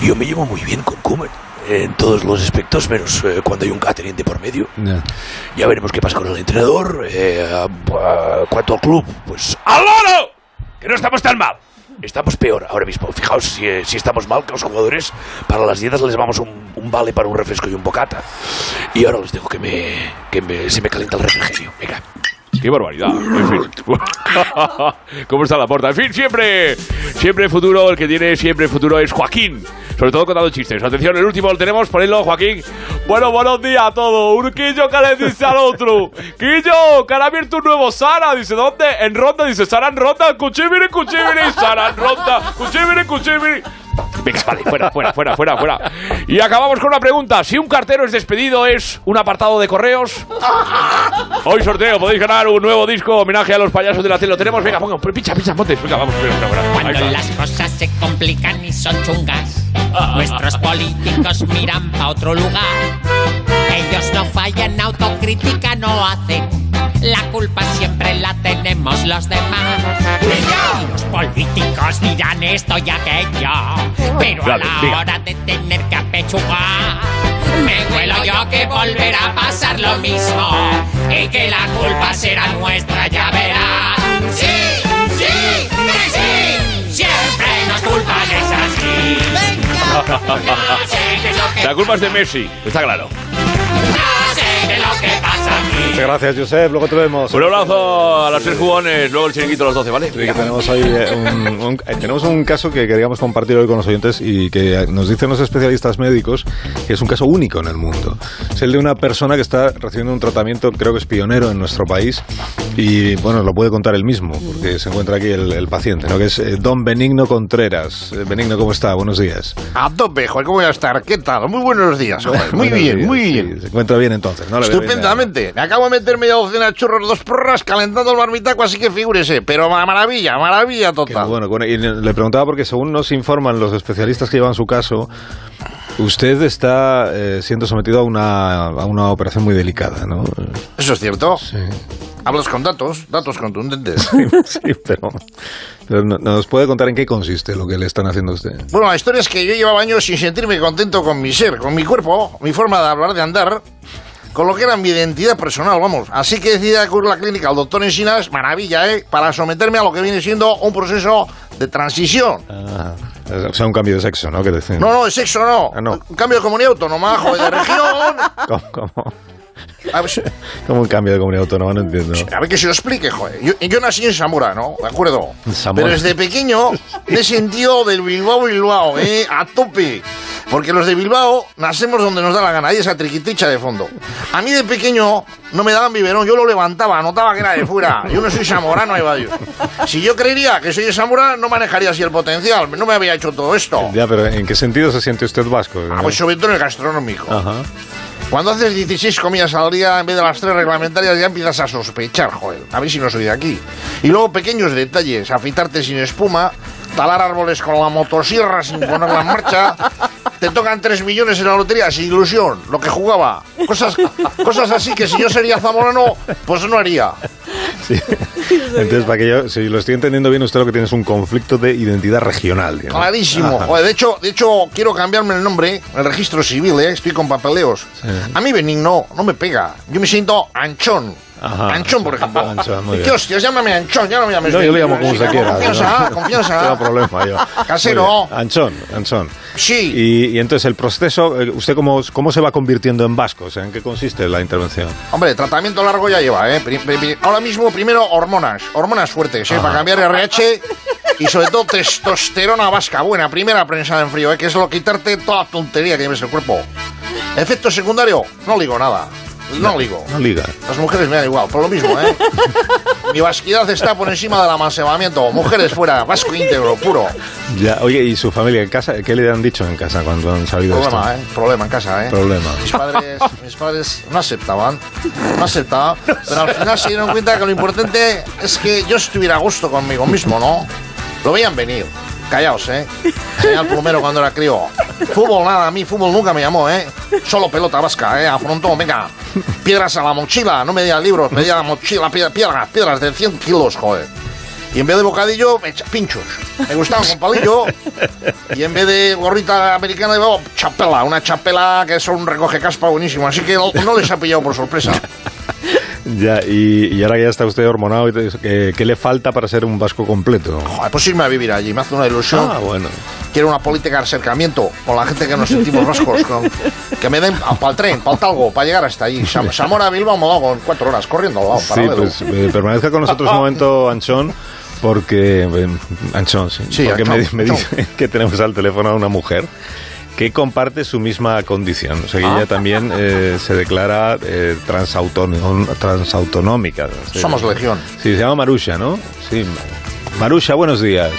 S20: Yo me llevo muy bien con Kuman en todos los aspectos, menos eh, cuando hay un catering de por medio. Ya veremos qué pasa con el entrenador. eh, a- a- cuanto al club, pues ¡al loro! Que no estamos tan mal. Estamos peor ahora mismo. Fijaos si, eh, si estamos mal, que los jugadores para las dietas les damos un, un vale para un refresco y un bocata. Y ahora les dejo que me, que me- se me calienta el refrigerio. Venga.
S17: Qué barbaridad. En fin. ¿Cómo está la porta? En fin, siempre, siempre futuro, el que tiene siempre futuro es Joaquín. Sobre todo contando chistes. Atención, el último lo tenemos, ponedlo, Joaquín. Bueno, buenos días a todos. Un quillo que le dice al otro. Quillo, que han abierto un nuevo Sara. Dice, ¿dónde? En Ronda. Dice, Sara en Ronda. Cuchibiri, cuchibiri, Sara en Ronda. Cuchibiri, cuchibiri. Venga, vale, fuera, fuera, fuera, fuera, fuera. Y acabamos con una pregunta. Si un cartero es despedido, ¿es un apartado de correos? Hoy sorteo, podéis ganar un nuevo disco homenaje a los payasos de la tele. Lo tenemos, venga, ponga, pincha, pincha, montes. Venga, vamos, espera, espera, espera. Ahí
S21: Cuando
S17: está.
S21: las cosas se complican y son chungas, nuestros políticos miran pa' otro lugar. Ellos no fallan, autocrítica no hacen. La culpa siempre la tenemos los demás. Y Los políticos dirán esto y aquello, pero
S17: Dale,
S21: a la
S17: diga.
S21: hora de tener que apechugar, me huelo yo que volverá a pasar lo mismo y que la culpa será nuestra, ya verás. Sí, sí, que sí, siempre nos culpan es así. No sé qué es lo que,
S17: La culpa es de Messi, está claro.
S21: no sé qué es lo que pasa aquí.
S1: Muchas gracias, Josep, luego te vemos.
S17: Un abrazo a los tres jugones, luego el chiringuito a las 12, ¿vale?
S1: Sí, que tenemos hoy eh, un, un- eh, tenemos un caso que queríamos compartir hoy con los oyentes y que eh, nos dicen los especialistas médicos que es un caso único en el mundo. Es el de una persona que está recibiendo un tratamiento, creo que es pionero en nuestro país y bueno, lo puede contar él mismo porque se encuentra aquí el, el paciente, ¿no? que es eh, don Benigno Contreras. Eh, Benigno, ¿cómo está? Buenos días.
S3: A tope, Juan, ¿cómo voy a estar? ¿Qué tal? Muy buenos días, Juan. Muy
S1: Buenos
S3: bien,
S1: días,
S3: muy
S1: sí,
S3: bien.
S1: se encuentra bien entonces, ¿no? Le veo bien,
S3: Estupendamente. Me acabo de meter media docena de churros, dos porras, calentando el barbitaco, así que figúrese. Pero ma- maravilla, maravilla
S1: Qué
S3: total.
S1: bueno, qué bueno. y le le preguntaba porque según nos informan los especialistas que llevan su caso, usted está eh, siendo sometido a una, a una operación muy delicada, ¿no?
S3: Eso es cierto. Hablas con datos, datos contundentes.
S1: Sí, pero, pero no- ¿nos puede contar en qué consiste lo que le están haciendo a usted?
S3: Bueno, la historia es que yo llevaba años sin sentirme contento con mi ser, con mi cuerpo, mi forma de hablar, de andar, con lo que era mi identidad personal, vamos. Así que decidí acudir a la clínica al doctor Encinas, maravilla, ¿eh? Para someterme a lo que viene siendo un proceso de transición.
S1: O sea, un cambio de sexo, ¿no? Que decían.
S3: Ah. No, no, de sexo no.
S1: Ah, no.
S3: Un cambio de comunidad autónoma, joder, de región.
S1: ¿Cómo, cómo?
S3: A ver, si-
S1: Como un cambio de comunidad autónoma, no entiendo.
S3: a ver que se lo explique, joder. Yo, yo nací en Zamora, ¿no? ¿De acuerdo?
S1: Zamora.
S3: Pero desde pequeño me he sentido del Bilbao Bilbao, ¿eh? A tope. Porque los de Bilbao nacemos donde nos da la gana. Ahí esa triquiticha de fondo. A mí de pequeño no me daban biberón, yo lo levantaba, notaba que era de fuera. Yo no soy zamorano, ahí va Dios. Si yo creería que soy de Zamora, no manejaría así el potencial. No me había hecho todo esto.
S1: Ya, pero ¿en qué sentido se siente usted vasco?
S3: Ah, pues sobre todo en el gastronómico.
S1: Ajá.
S3: Cuando haces 16 comidas al día en vez de las tres reglamentarias ya empiezas a sospechar, joder. A ver si no soy de aquí. Y luego pequeños detalles, afeitarte sin espuma, talar árboles con la motosierra sin ponerla en marcha. Te tocan 3 millones en la lotería sin ilusión, lo que jugaba. Cosas, cosas así que si yo sería zamorano, pues no haría.
S1: Sí. Entonces, para que yo, si lo estoy entendiendo bien, usted lo que tiene es un conflicto de identidad regional. digamos.
S3: Clarísimo.
S1: Ajá.
S3: Joder, de hecho, de hecho, quiero cambiarme el nombre, el registro civil, ¿eh? estoy con papeleos. A mí Benigno no me pega. Yo me siento anchón.
S1: Ajá.
S3: Anchón, por ejemplo.
S1: Anchón, muy
S3: ¿Qué
S1: bien.
S3: hostias? Llámame anchón, ya no me llames
S1: No, yo le
S3: Benigno.
S1: llamo como
S3: Sí,
S1: usted quiera.
S3: Confianza,
S1: ¿no?
S3: confianza.
S1: No tengo problema yo.
S3: Casero.
S1: Muy bien. Anchón, Anchón.
S3: Sí.
S1: Y, y entonces, el proceso, eh, ¿usted cómo, cómo se va convirtiendo en vasco? O sea, ¿en qué consiste la intervención?
S3: Hombre, tratamiento largo ya lleva, ¿eh? Pri- pri- pri- Ahora mismo, primero, hormonas. Hormonas fuertes, ¿eh?
S1: Ajá.
S3: Para cambiar RH y sobre todo testosterona vasca. Buena, primera prensa en frío, ¿eh? Que es lo quitarte toda tontería que lleves el cuerpo. Efecto secundario, no ligo nada. No ligo.
S1: No liga.
S3: Las mujeres me dan igual, por lo mismo, ¿eh? Mi vasquidad está por encima del amancebamiento. Mujeres fuera, vasco íntegro, puro.
S1: Ya, oye, ¿y su familia en casa? ¿Qué le han dicho en casa cuando han sabido
S3: Problema, ¿eh?
S1: esto?
S3: Problema en casa, ¿eh?
S1: Problema.
S3: Mis padres, mis padres no aceptaban, no aceptaban, pero al final se dieron cuenta que lo importante es que yo estuviera a gusto conmigo mismo, ¿no? Lo veían venir. Callaos, ¿eh? Tenía el plumero cuando era crío. Fútbol nada, a mí fútbol nunca me llamó, ¿eh? Solo pelota vasca, ¿eh? Afrontó, venga. Piedras a la mochila, no me digan libros, me digan mochila, piedra- piedras, piedras de 100 kilos, joder. Y en vez de bocadillo, me echa- pinchos. Me gustaban con palillo. Y en vez de gorrita americana, llevaba chapela. Una chapela que es un recoge caspa buenísimo. Así que no, no les ha pillado por sorpresa.
S1: Ya, y, y ahora que ya está usted hormonado, y todo eso, ¿qué, qué le falta para ser un vasco completo?
S3: Joder, pues irme a vivir allí. Me hace una ilusión.
S1: Ah, bueno.
S3: Quiero una política de acercamiento con la gente que nos sentimos vascos. con- que me den para el tren, para algo, para llegar hasta allí. Sam- Zamora, Bilbao, me con cuatro horas corriendo. Vamos, Oh, para
S1: Sí,
S3: Oviedo.
S1: pues eh, permanezca con nosotros un momento, Anchón, porque. eh, Anchón, sí.
S3: Sí,
S1: porque
S3: Anchón,
S1: me, me
S3: Anchón.
S1: dice que tenemos al teléfono a una mujer que comparte su misma condición. O sea, que
S3: Ah.
S1: ella también eh, se declara eh, transautonom- transautonómica. Sí.
S3: Somos legión.
S1: Sí, se llama Marusha, ¿no? Sí. Marusha, buenos días.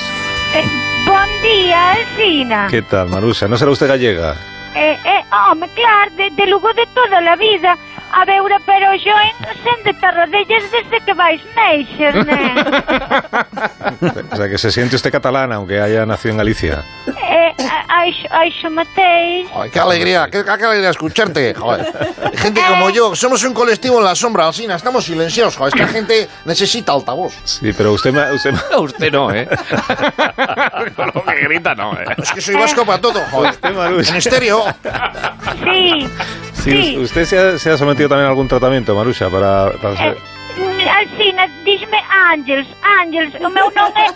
S22: Eh, bon dia,
S17: Ah.
S22: Alcina.
S1: ¿Qué tal, Marusha? ¿No será usted gallega?
S22: Eh, eh, home, clar, de, de Lugo de toda la vida. A veure, però jo entro sent de Tarradellas des de que vais eh. néixer, nen.
S1: O sea, que se siente usted catalana, aunque haya nacido en Galicia.
S22: Eh, a- això, això mateix.
S3: Ay, qué alegría, qué, qué alegría escucharte, joder. Gente como yo, somos un colectivo en la sombra, Alcina, estamos silenciosos, joder. Esta gente necesita altavoz.
S1: Sí, pero usted me. Usted,
S17: usted no, ¿eh? Con lo que grita, no, ¿eh?
S3: Es que soy vasco para todo, joder.
S1: Usted, Marusha.
S3: En estéreo.
S22: Sí,
S1: Sí,
S22: Sí.
S1: ¿Usted se ha, se ha sometido también a algún tratamiento, Marusha, para, para ser-
S22: mm, Alcina, dis-me Àngels, Àngels, o meu nom é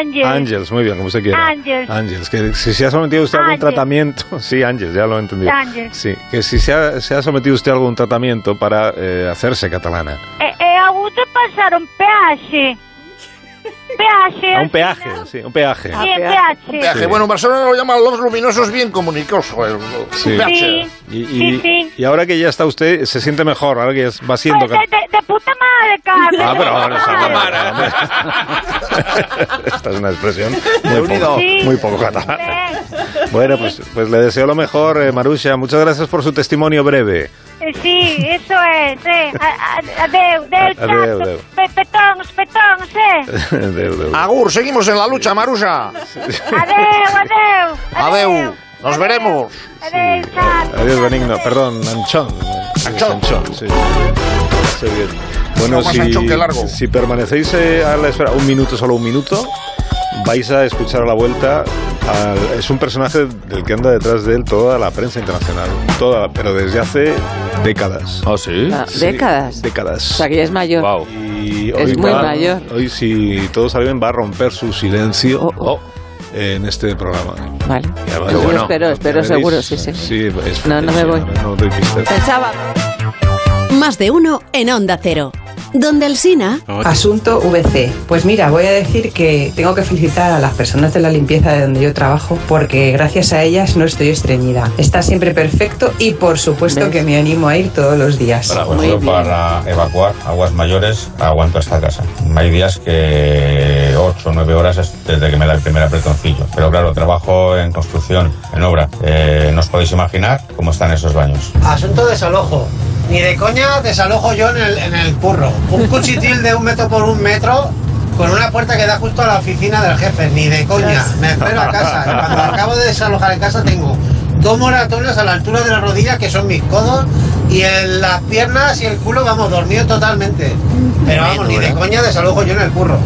S22: Àngels.
S1: Ángels, muy bien, como usted quiera.
S22: Ángels.
S1: Ángels, que si se ha sometido usted a algún
S22: Ángels.
S1: tratamiento, sí, Ángels, ya lo he entendido.
S22: Ángels.
S1: Sí, que si se ha, se ha sometido usted a algún tratamiento para eh, hacerse catalana.
S22: E, e hagut de passar un peatge. Peatge,
S1: A un peaje, sí, un peaje.
S22: Sí, un peatge.
S3: Un peaje.
S1: Sí.
S3: Bueno, en Barcelona lo llaman los luminosos bien comunicados, joder.
S1: Sí.
S22: Sí.
S1: Y, y-
S22: Sí, sí.
S1: y ahora que ya está usted, se siente mejor, ahora que ya va siendo...
S22: Pues de, de- de puta madre, Carmen.
S1: Ah,
S22: de
S1: pero
S22: puta
S1: ahora se
S22: madre.
S1: Esta es una expresión muy
S22: Unido.
S1: poco,
S22: Sí.
S1: muy poco catalana. Bueno, pues, pues le deseo lo mejor, eh, Marusha. Muchas gracias por su testimonio breve.
S22: Eh, Sí, eso es. Eh. A- a- Adeu, del
S1: Adeu,
S22: chato.
S1: adeu.
S22: Pe- Petons, petons, eh.
S1: Adeu, adeu.
S3: Agur, seguimos en la lucha, Marusa.
S22: Adeu, adeu.
S3: Adeu, nos veremos.
S22: Adeu, chato.
S1: Adiós, Benigno. Perdón, Anchón. Anchón. sí. Sí, bien. Bueno,
S3: Está más ancho que largo.
S1: si, si permanecéis eh, a la espera un minuto, solo un minuto, vais a escuchar a la vuelta. al- es un personaje del que anda detrás de él toda la prensa internacional. Toda, pero desde hace décadas.
S5: ¿Ah, sí?
S2: Ah, ¿décadas?
S1: Décadas.
S2: O sea, que ya es mayor.
S1: Y
S2: Es muy
S1: va-
S2: mayor.
S1: Hoy, si todo sale bien, va a romper su silencio en este programa.
S2: Oh, Vale.
S1: Y además,
S2: Yo
S1: bueno,
S2: espero, espero
S1: veréis-
S2: seguro, sí, sí.
S1: Sí, es-
S2: No, no me voy.
S1: No doy pistas.
S2: Pensaba.
S10: Más de uno en Onda Cero. Donde el Sina.
S8: Asunto VC. Pues mira, voy a decir que tengo que felicitar a las personas de la limpieza de donde yo trabajo porque gracias a ellas no estoy estreñida. Está siempre perfecto y por supuesto que me animo a ir todos los
S6: Pues
S8: días.
S23: Para, para evacuar aguas mayores, aguanto hasta casa. Hay días que 8 o 9 horas es desde que me da el primer apretoncillo. Pero claro, trabajo en construcción, en obra. Eh, no os podéis imaginar cómo están esos baños.
S24: Asunto desalojo. Ni de coña desalojo yo en el, en el curro. Un cuchitil de un metro por un metro con una puerta que da justo a la oficina del jefe. Ni de coña. Me espero a casa. Cuando acabo de desalojar en casa tengo dos moratones a la altura de la rodilla que son mis codos y en las piernas y el culo, vamos, dormido totalmente. Pero vamos, ni de coña desalojo yo en el curro.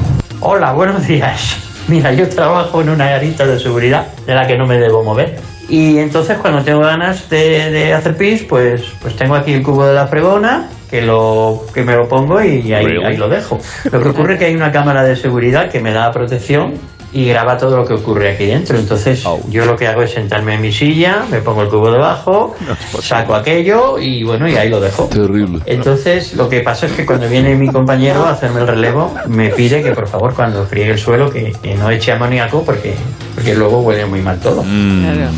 S25: Hola, buenos días. Mira, yo trabajo en una garita de seguridad de la que no me debo mover. Y entonces cuando tengo ganas de, de hacer pis, pues, pues tengo aquí el cubo de la fregona, que, lo, que me lo pongo y ahí,
S20: Really?
S25: ahí lo dejo. Lo que ocurre es que hay una cámara de seguridad que me da protección y graba todo lo que ocurre aquí dentro. Entonces yo lo que hago es sentarme en mi silla, me pongo el cubo debajo, saco aquello y bueno, y ahí lo dejo.
S5: Terrible.
S25: Entonces, lo que pasa es que cuando viene mi compañero a hacerme el relevo, me pide que por favor cuando friegue el suelo que, que no eche amoníaco porque, porque luego huele muy mal todo.
S2: Claro.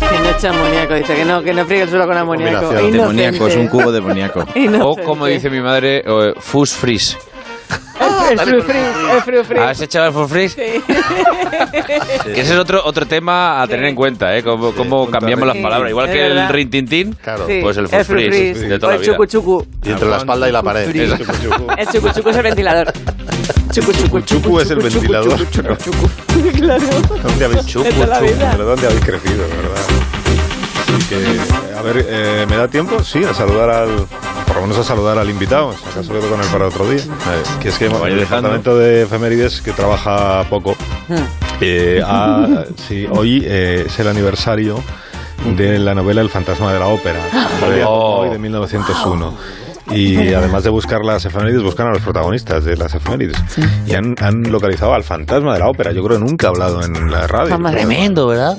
S2: Que no echa amoníaco, dice que no, que no friegue el suelo con amoníaco.
S6: Combinación.
S2: Inocente.
S6: Demoníaco, es un cubo demoníaco.
S7: O
S2: Inocente.
S7: como dice mi madre, eh, fus fris.
S2: Ah, El
S6: pues.
S2: frufri, el frufri.
S12: Ah,
S7: ¿Has echado el fus fris? Que Ese es otro, otro tema a tener en cuenta, ¿eh? Cómo, cómo cambiamos las
S2: Sí,
S7: palabras. Igual
S2: es
S7: que el
S2: verdad.
S7: rintintín,
S2: Sí,
S7: pues el fus
S2: frufri,
S7: fris de toda
S2: o
S7: la
S2: el
S7: vida.
S2: Pues chucu chucu.
S23: Y entre la espalda y la pared.
S2: El
S23: Chucu, chucu.
S2: El chucu chucu es el ventilador. Chucu chucu.
S1: Chucu es el ventilador.
S2: Claro.
S1: ¿Dónde habéis chucu,
S2: De toda la
S1: chucu?
S2: vida.
S1: Pero ¿dónde habéis crecido, de verdad? Así que, a ver, eh, ¿me da tiempo? Sí, a saludar al. Por lo menos a saludar al invitado, este si acaso quedo con él para otro día. Eh, Que es que
S17: Lo vais
S1: el
S17: dejando.
S1: departamento de efemérides, que trabaja poco,
S26: Ah.
S1: eh, ha- sí, hoy eh, es el aniversario de la novela El fantasma de la ópera,
S26: Ah.
S1: de,
S7: Oh.
S1: hoy de 1901. Y además de buscar las efemérides, buscan a los protagonistas de las efemérides. Y han, han localizado al fantasma de la ópera. Yo creo que nunca ha hablado en la radio.
S26: Tremendo, ¿verdad?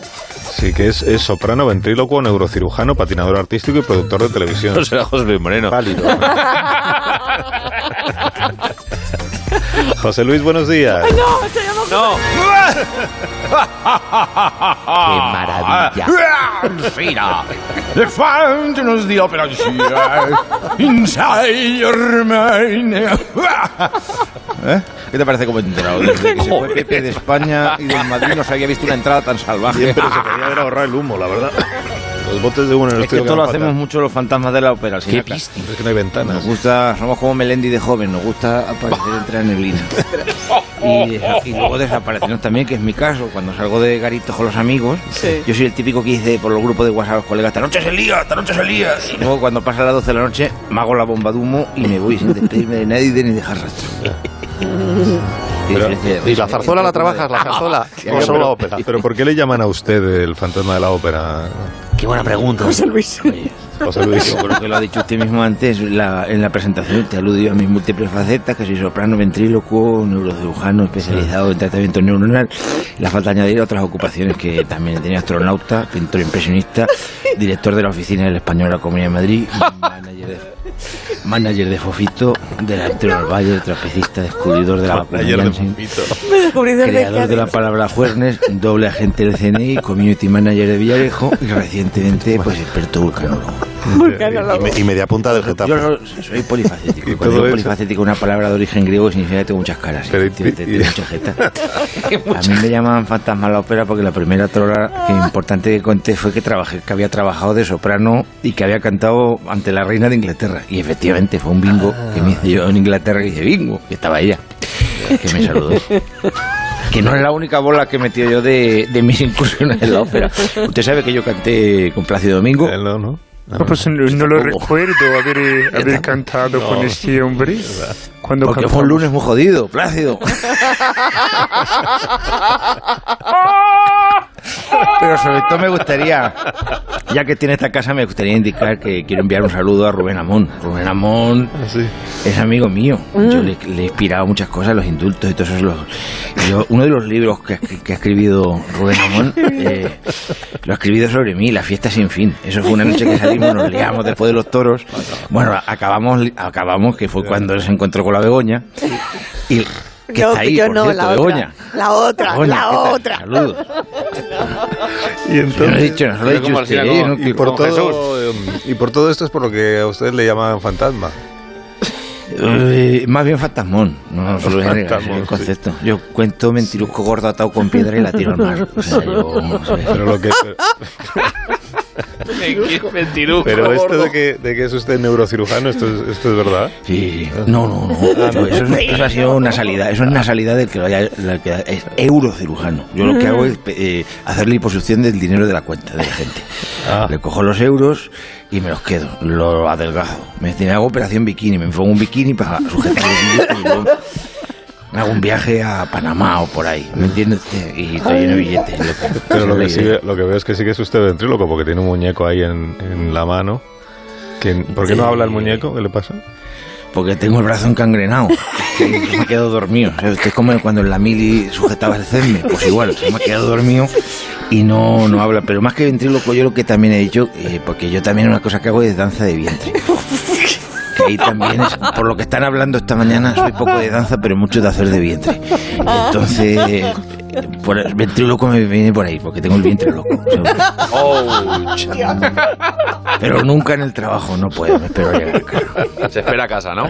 S1: Sí, que es, es soprano, ventrílocuo, neurocirujano, patinador artístico y productor de televisión.
S7: No será José Luis Moreno.
S1: Pálido. José Luis, buenos días.
S2: No, se llama
S7: No.
S26: ¡Qué maravilla!
S7: Mira.
S26: The fountain of the opera inside your mind.
S6: ¿Eh? ¿Qué te parece como entrado? Desde que se fue Pepe de España y del Madrid no se había visto una entrada tan salvaje.
S1: Bien, pero se podía haber ahorrado el humo, la verdad. Los botes de humo en el
S6: Es que
S1: estudio
S6: esto lo
S1: quedan
S6: hacemos mucho los fantasmas de la ópera. al
S1: Qué
S6: final.
S1: pisti. Es que no hay ventanas.
S6: Nos gusta, somos como Melendi de joven, nos gusta aparecer entre la neblina. Y, desa- y luego desaparecernos también, que es mi caso. Cuando salgo de garitos con los amigos,
S26: Sí.
S6: yo soy el típico que dice por los grupos de WhatsApp a los colegas, esta noche se lía, esta noche se lía. Y luego cuando pasa las 12 de la noche, me hago la bomba de humo y me voy sin despedirme de nadie ni dejar rastro. Qué diferencia de-
S23: ¿Y la zarzuela la trabajas, la zarzuela?
S1: pa-
S23: ¿O solo la
S1: pero,
S23: ópera?
S1: pero ¿por qué le llaman a usted el fantasma de la ópera?
S6: Qué buena pregunta.
S1: José
S2: Luis.
S1: José Luis.
S6: Yo creo que lo ha dicho usted mismo antes la- en la presentación. Te aludió a mis múltiples facetas, que soy soprano, ventrílocuo, neurocirujano, especializado en tratamiento neuronal. La falta de añadir otras ocupaciones que también tenía astronauta, pintor impresionista, director de la oficina del español de la Comunidad de Madrid, manager de, manager de Fofito, delantero del Valle, trapecista, descubridor de la vacuna
S1: Manager de
S6: Janssen,
S2: Me descubrí desde
S6: creador de la palabra Juernes, doble agente del CNI, community manager de Villarejo y recientemente pues experto vulcanólogo.
S23: Y, me- y media punta del Getafe.
S6: Yo no- soy polifacético. Y
S23: todo
S6: cuando digo
S23: eso.
S6: polifacético, una palabra de origen griego que significa que tengo muchas caras. efectivamente, tengo muchas jetas. A mí me llamaban fantasma la ópera porque la primera trola que importante que conté fue que trabajé, que había trabajado de soprano y que había cantado ante la reina de Inglaterra. Y efectivamente fue un bingo que me hice yo en Inglaterra y dije bingo, que estaba ella, que me saludó. Que no es la única bola que he metido yo de, de mis incursiones en la ópera. Usted sabe que yo canté con Plácido Domingo.
S1: No, no.
S27: No, pues no, no lo recuerdo haber, eh,
S6: Ya
S27: haber
S6: está.
S27: cantado
S6: No.
S27: con este hombre. Cuando
S6: Porque fue un lunes muy jodido, Plácido. Pero sobre todo me gustaría Ya que tiene esta casa, me gustaría indicar que quiero enviar un saludo a Rubén Amón. Rubén Amón es amigo mío. Yo le, le he inspirado muchas cosas, los indultos y todo eso. Los- yo- uno de los libros que, que ha escribido Rubén Amón eh, lo ha escribido sobre mí, La fiesta sin fin. Eso fue una noche que salimos, nos liamos después de los toros. Bueno, acabamos, li- acabamos que fue cuando él se encontró con la Begoña. Y, que
S2: yo,
S6: está ahí,
S2: yo
S6: por
S2: no,
S6: cierto,
S2: la otra,
S6: Begoña.
S2: la otra,
S6: Begoña,
S2: la
S6: ¿qué tal?
S2: otra.
S6: Saludos.
S1: Y entonces,
S6: lo he dicho, no lo he dicho
S1: Como
S6: usted,
S1: Alcina,
S6: ¿eh?
S1: como-
S6: No,
S1: y, por
S6: como
S1: todo, eh, y por todo esto es por lo que a ustedes le llaman fantasma.
S6: Eh, más bien fantasmón, no, no se lo voy a negar,
S1: Fantasmón,
S6: ese es el
S1: sí.
S6: concepto. Yo cuento mentirusco gordo atado con piedra y la tiro al mar. O sea, yo-
S1: Pero lo que- Pero esto de que, de que es usted neurocirujano, esto es, esto es verdad. Ah,
S6: Sí. No, no, no, no, eso, es- eso ha sido una salida. Eso es una salida del que lo haya. la que es eurocirujano. Yo lo que hago es eh, hacer la liposucción del dinero de la cuenta de la gente.
S1: Ah.
S6: Le cojo los euros y me los quedo. Lo adelgazo. Me, me hago operación bikini. Me pongo un bikini para sujetar el billete y luego me hago un viaje a Panamá o por ahí. ¿Me entiendes? Y estoy lleno de billetes. loco.
S1: Pero lo
S6: Esa
S1: que,
S6: es
S1: sí, eh.
S6: la idea.
S1: que- lo que veo es que sí que es usted ventríloco, porque tiene un muñeco ahí en, en la mano. Que, ¿Por qué no habla el muñeco? ¿Qué le pasa?
S6: Porque tengo el brazo encangrenado. que me quedo dormido. O sea, usted es como cuando en la mili sujetaba el cemme. Pues igual, se me ha quedado dormido y no, no habla. Pero más que ventríloco, yo lo que también he dicho, eh, porque yo también una cosa que hago es danza de vientre. Que ahí también es, por lo que están hablando esta mañana, soy poco de danza, pero mucho de hacer de vientre. Entonces,
S2: Ah.
S6: eh, por, el ventríloco me viene por ahí, porque tengo el vientre loco. O sea, pero nunca en el trabajo, no puedo, me espero llegar.
S17: Se espera a casa, ¿no?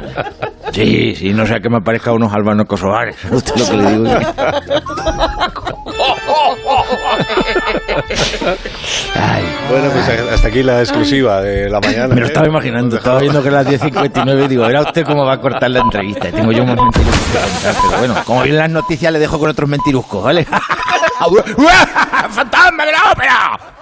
S6: Sí, sí, no sea que me aparezca unos albanos kosovares. Usted lo que le digo. yo.
S1: Bueno, pues hasta aquí la exclusiva de la mañana.
S6: Me lo
S1: ¿eh?
S6: estaba imaginando, estaba viendo que era las 10.59 y digo, verá usted cómo va a cortar la entrevista. Y tengo yo unos mentiruscos que contar, pero bueno, como bien las noticias le dejo con otros mentiruscos, ¿vale? ¡Fantasma de la ópera!